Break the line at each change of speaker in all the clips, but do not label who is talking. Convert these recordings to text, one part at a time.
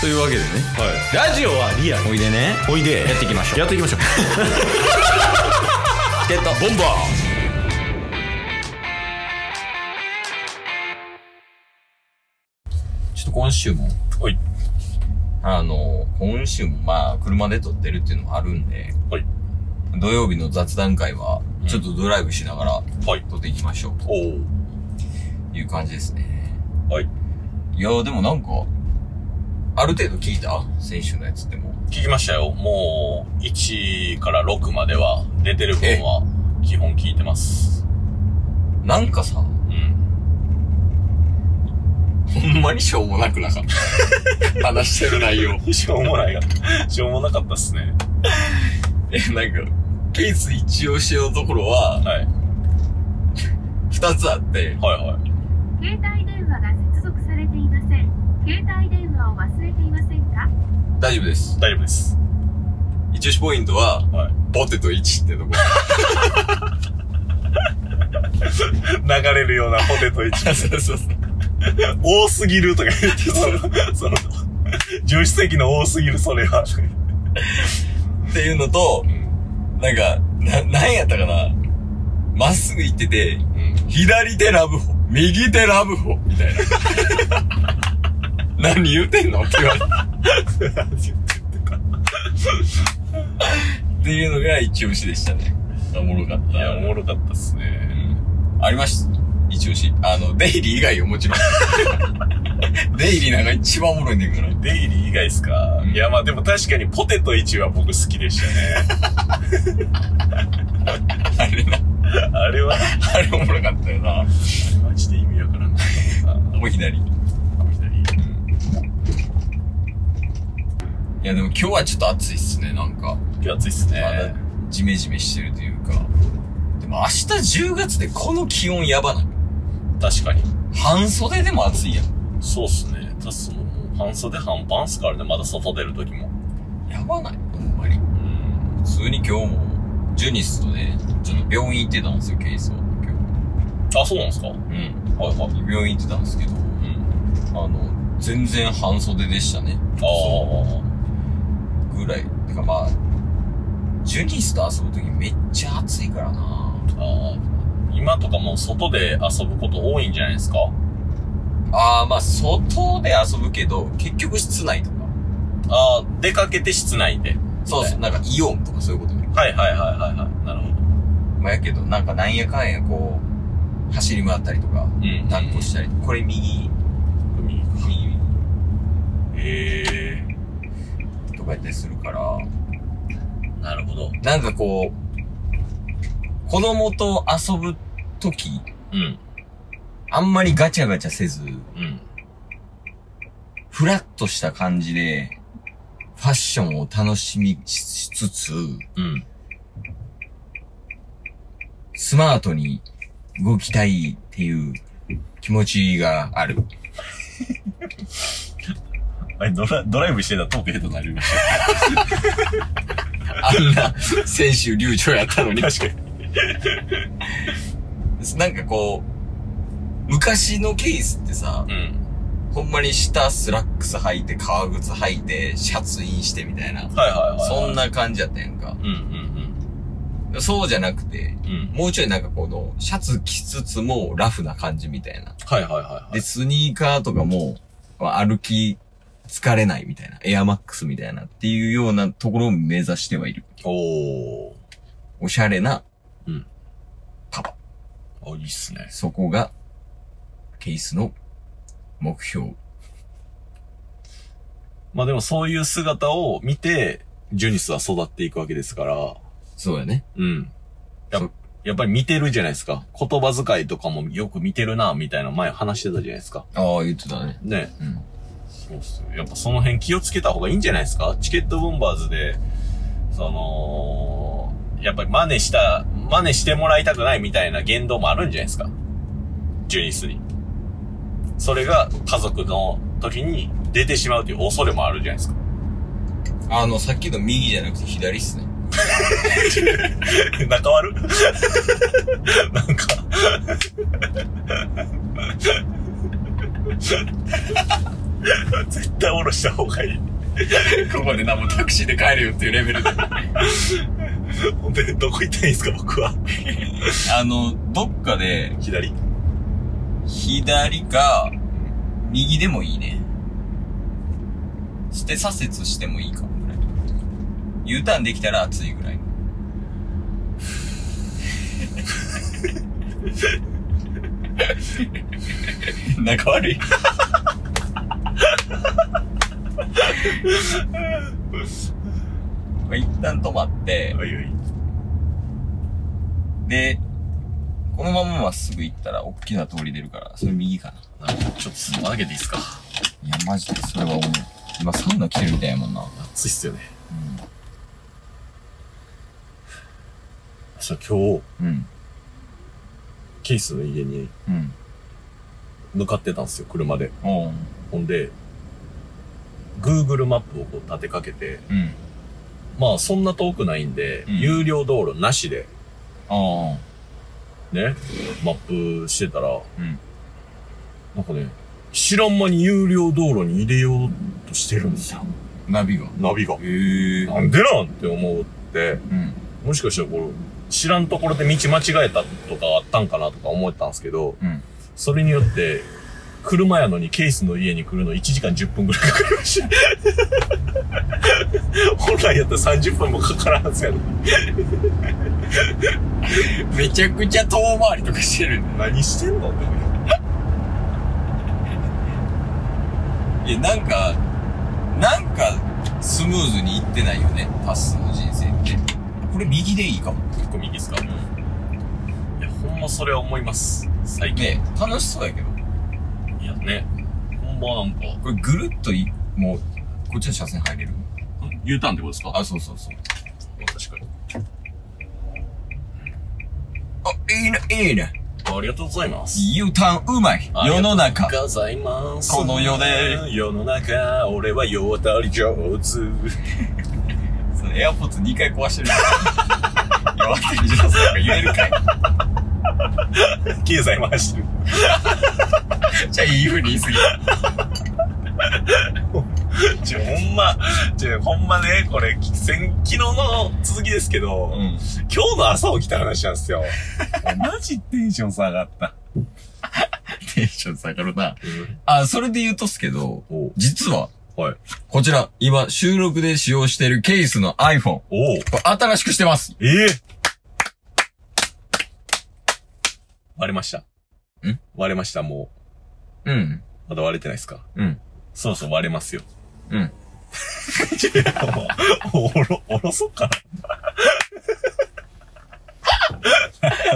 というわけでね
ラジオはリアル
おいでね
おいで
やっていきましょう
やっていきましょう
チケットボンバーちょっと今週も
はい
あの今週もまあ車で撮ってるっていうのもあるんで
はい
土曜日の雑談会は
うん
ちょっとドライブしながら
はい
撮っていきましょう
おお
という感じですね
はい
いやでもなんかある程度聞いた先週のやつでも
聞きましたよもう1から6までは出てる分は基本聞いてます
なんか さ
うん
ほんまにしょうもなくなかった 話してる内容
しょうもないがしょうもなかったっすね
え、なんか、ケース一押しのところは、
はい
二つあって、
はいはい
携帯電話が接続されていません携帯電話を忘れていませんか
大丈夫です。
大丈夫です
一押しポイントは、
はい
ポテト1ってとこ。
流れるようなポテト1
そうそうそう。
多すぎるとか言ってそのその重視席の多すぎるそれは
っていうのと、なんか、な、なんやったかな。まっすぐ行ってて、 左手ラブホ、右手ラブホ、みたい な。何言うてんのって言われた。っていうのが一押しでしたね。おもろかった。
いやおもろかったっすね
ありました。一押し。あの、デイリー以外よ、も ちろん。デイリーなんか一番おもろいねんから。
デイリー以外っすか、
うん
いやまあでも確かにポテト1は僕好きでしたね
あれな、
あれは、
あれおもろかったよな。
マジで意味わからんかったな。
もう左。い
左。
や、でも今日はちょっと暑いっすね、なんか。
今日暑いっす
まだ
ね。、
ジメジメしてるというか。でも明日10月でこの気温やばない。
確かに。
半袖でも暑いやん。
そうっすね。たすももう半袖半パンっすからね、まだ外出る時も。
やばない、ほんまに。
うん。
普通に今日も、ジュニスとね、ちょっと病院行ってたんですよ、ケースは。今
あ、そうなんすかはい
日。うん。
はい。
病院行ってたんですけど、
うん。
あの、全然半袖でしたね。
ああ。
ぐらい。てかまあ、ジュニスと遊ぶときめっちゃ暑いからな
ああ。今とかもう外で遊ぶこと多いんじゃないですか
ああ、まあ、外で遊ぶけど、結局室内とか。
ああ、出かけて室内で。
そうそう、なんかイオンとかそういうことね。
はいはいはいはいはい。なるほど。
まあ、やけど、なんかなんやかんやこう、走り回ったりとか、
うん
抱っこしたり、これ右、
海。
右
へえ。
とかやったりするから、
なるほど。
なんかこう、子供と遊ぶとき、
うん。
あんまりガチャガチャせず、
うん。
フラッとした感じで、ファッションを楽しみしつつ、
うん。
スマートに動きたいっていう気持ちがある。
あれ、ドラ、ドライブしてたらトークヘッドになりまし
あんな、先週流暢やった のに。
た。確かに。
なんかこう、昔のケースってさ、
うん。
ほんまに下スラックス履いて、革靴履いて、シャツインしてみたいな。
はいはいはい、はい。
そん。な感じやったやんか。
うんうん
そうじゃなくて、
うん。うん。
もうちょいなんかこの、シャツ着つつもラフな感じみたいな。
はいはいはいはい。
で、スニーカーとかも、まあ歩き疲れないみたいな、エアマックスみたいなっていうようなところを目指してはいる。
おー。
おしゃれな、
うん。
パパ。
あ、いいっすね。
そこが、ケースの目標。
まあでもそういう姿を見て、ジュニスは育っていくわけですから、
そうやね。
うん。や
そ
やっぱり見てるじゃないですか。言葉遣いとかもよく見てるな、みたいな前話してたじゃないですか。
ああ、言ってたね。
ね。
うん。
そうっすよ。やっぱその辺気をつけた方がいいんじゃないですかチケットボンバーズで、その、やっぱり真似した、真似してもらいたくないみたいな言動もあるんじゃないですかジュニスに。それが家族の時に出てしまうという恐れもあるじゃないですか。
あの、さっきの右じゃなくて左っすね。
仲悪 なんか。絶対下ろした方がいい。
ここでな、もうタクシーで帰るよっていうレベルで。 あ
ほんで、どこ行ったらいいんですか、僕は。
の、どっかで、
左
左か、右でもいいね。して左折してもいいかもぐらい。U ターンできたら暑いぐ らい。仲悪い。一旦止まって、
おいおい。
で、このまままっすぐ行ったら、大きな通り出るから、それ右かな。
なんかちょっとすんまげていいですか。
いや、マジで、それは思う。今、サウナ来てるみたいやもんな。
暑いっすよね。そう、今日、
うん。
ケイスの家に
うん。
向かってたんですよ、車で。
おう。
ほんで、Google マップをこう立てかけて、
うん。
まあそんな遠くないんで、
うん
有料道路なしで、
おう。
ね、マップしてたら、
うん。
なんかね、知らん間に有料道路に入れようとしてるんですよ。
ナビが。
ナビが。
へえ。
なんでなんって思って、
うん。
もしかしたらこれ、知らんところで道間違えたとかあったんかなとか思ったんですけど、
うん。
それによって、車やのにケースの家に来るの1時間10分ぐらいかかりました。 本来やったら30分もかからんはずやろ。
めちゃくちゃ遠回りとかしてる。
何してんのって思
いや、なんか、なんか、スムーズにいってないよね。タッスの人生って。これ右でいいかも。
う。結構右ですかいや、ほんまそれは思います。最近。
ね楽しそうやけど。
いやね。ほんまなんか、
これぐるっとい、もう、こっちの車線入れる
U ターンってことですか
あ、そうそうそう。
確かに。
あ、いいね、いいね。
ありがとうございます。
U ターンうまい。世の中
あり。がとうございます。
この世で。
世の中、俺は世渡り上手。
そのエアポッツ2回壊してる から。いや、わけに上手とか言えるかい。
経済回 してる。
じゃあいい風に言い過ぎた。
ちょ、ほんま、ちょ、ほんまね、これ、先、昨日の続きですけど、
うん。
今日の朝起きた話なんですよ。 マジテンション下がった。
テンション下がるな。あ、それで言うとっすけど、
お
実は、
はい。
こちら、今、収録で使用しているケースの iPhone。
おえ
これ新しくしてます。
え割れました。
ん
割れました、も
うん。
う。まだ割れてないですか
うん。
そろそろ割れますよ。
うん。
ちょも うおろ、おろそうかな。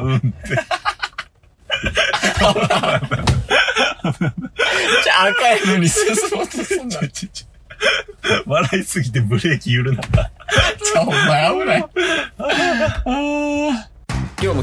うんって。
じゃあ赤いのに進もうとすん
ちょちょちょ笑いすぎてブレーキ緩なった。
お前危ない。
今日も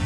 す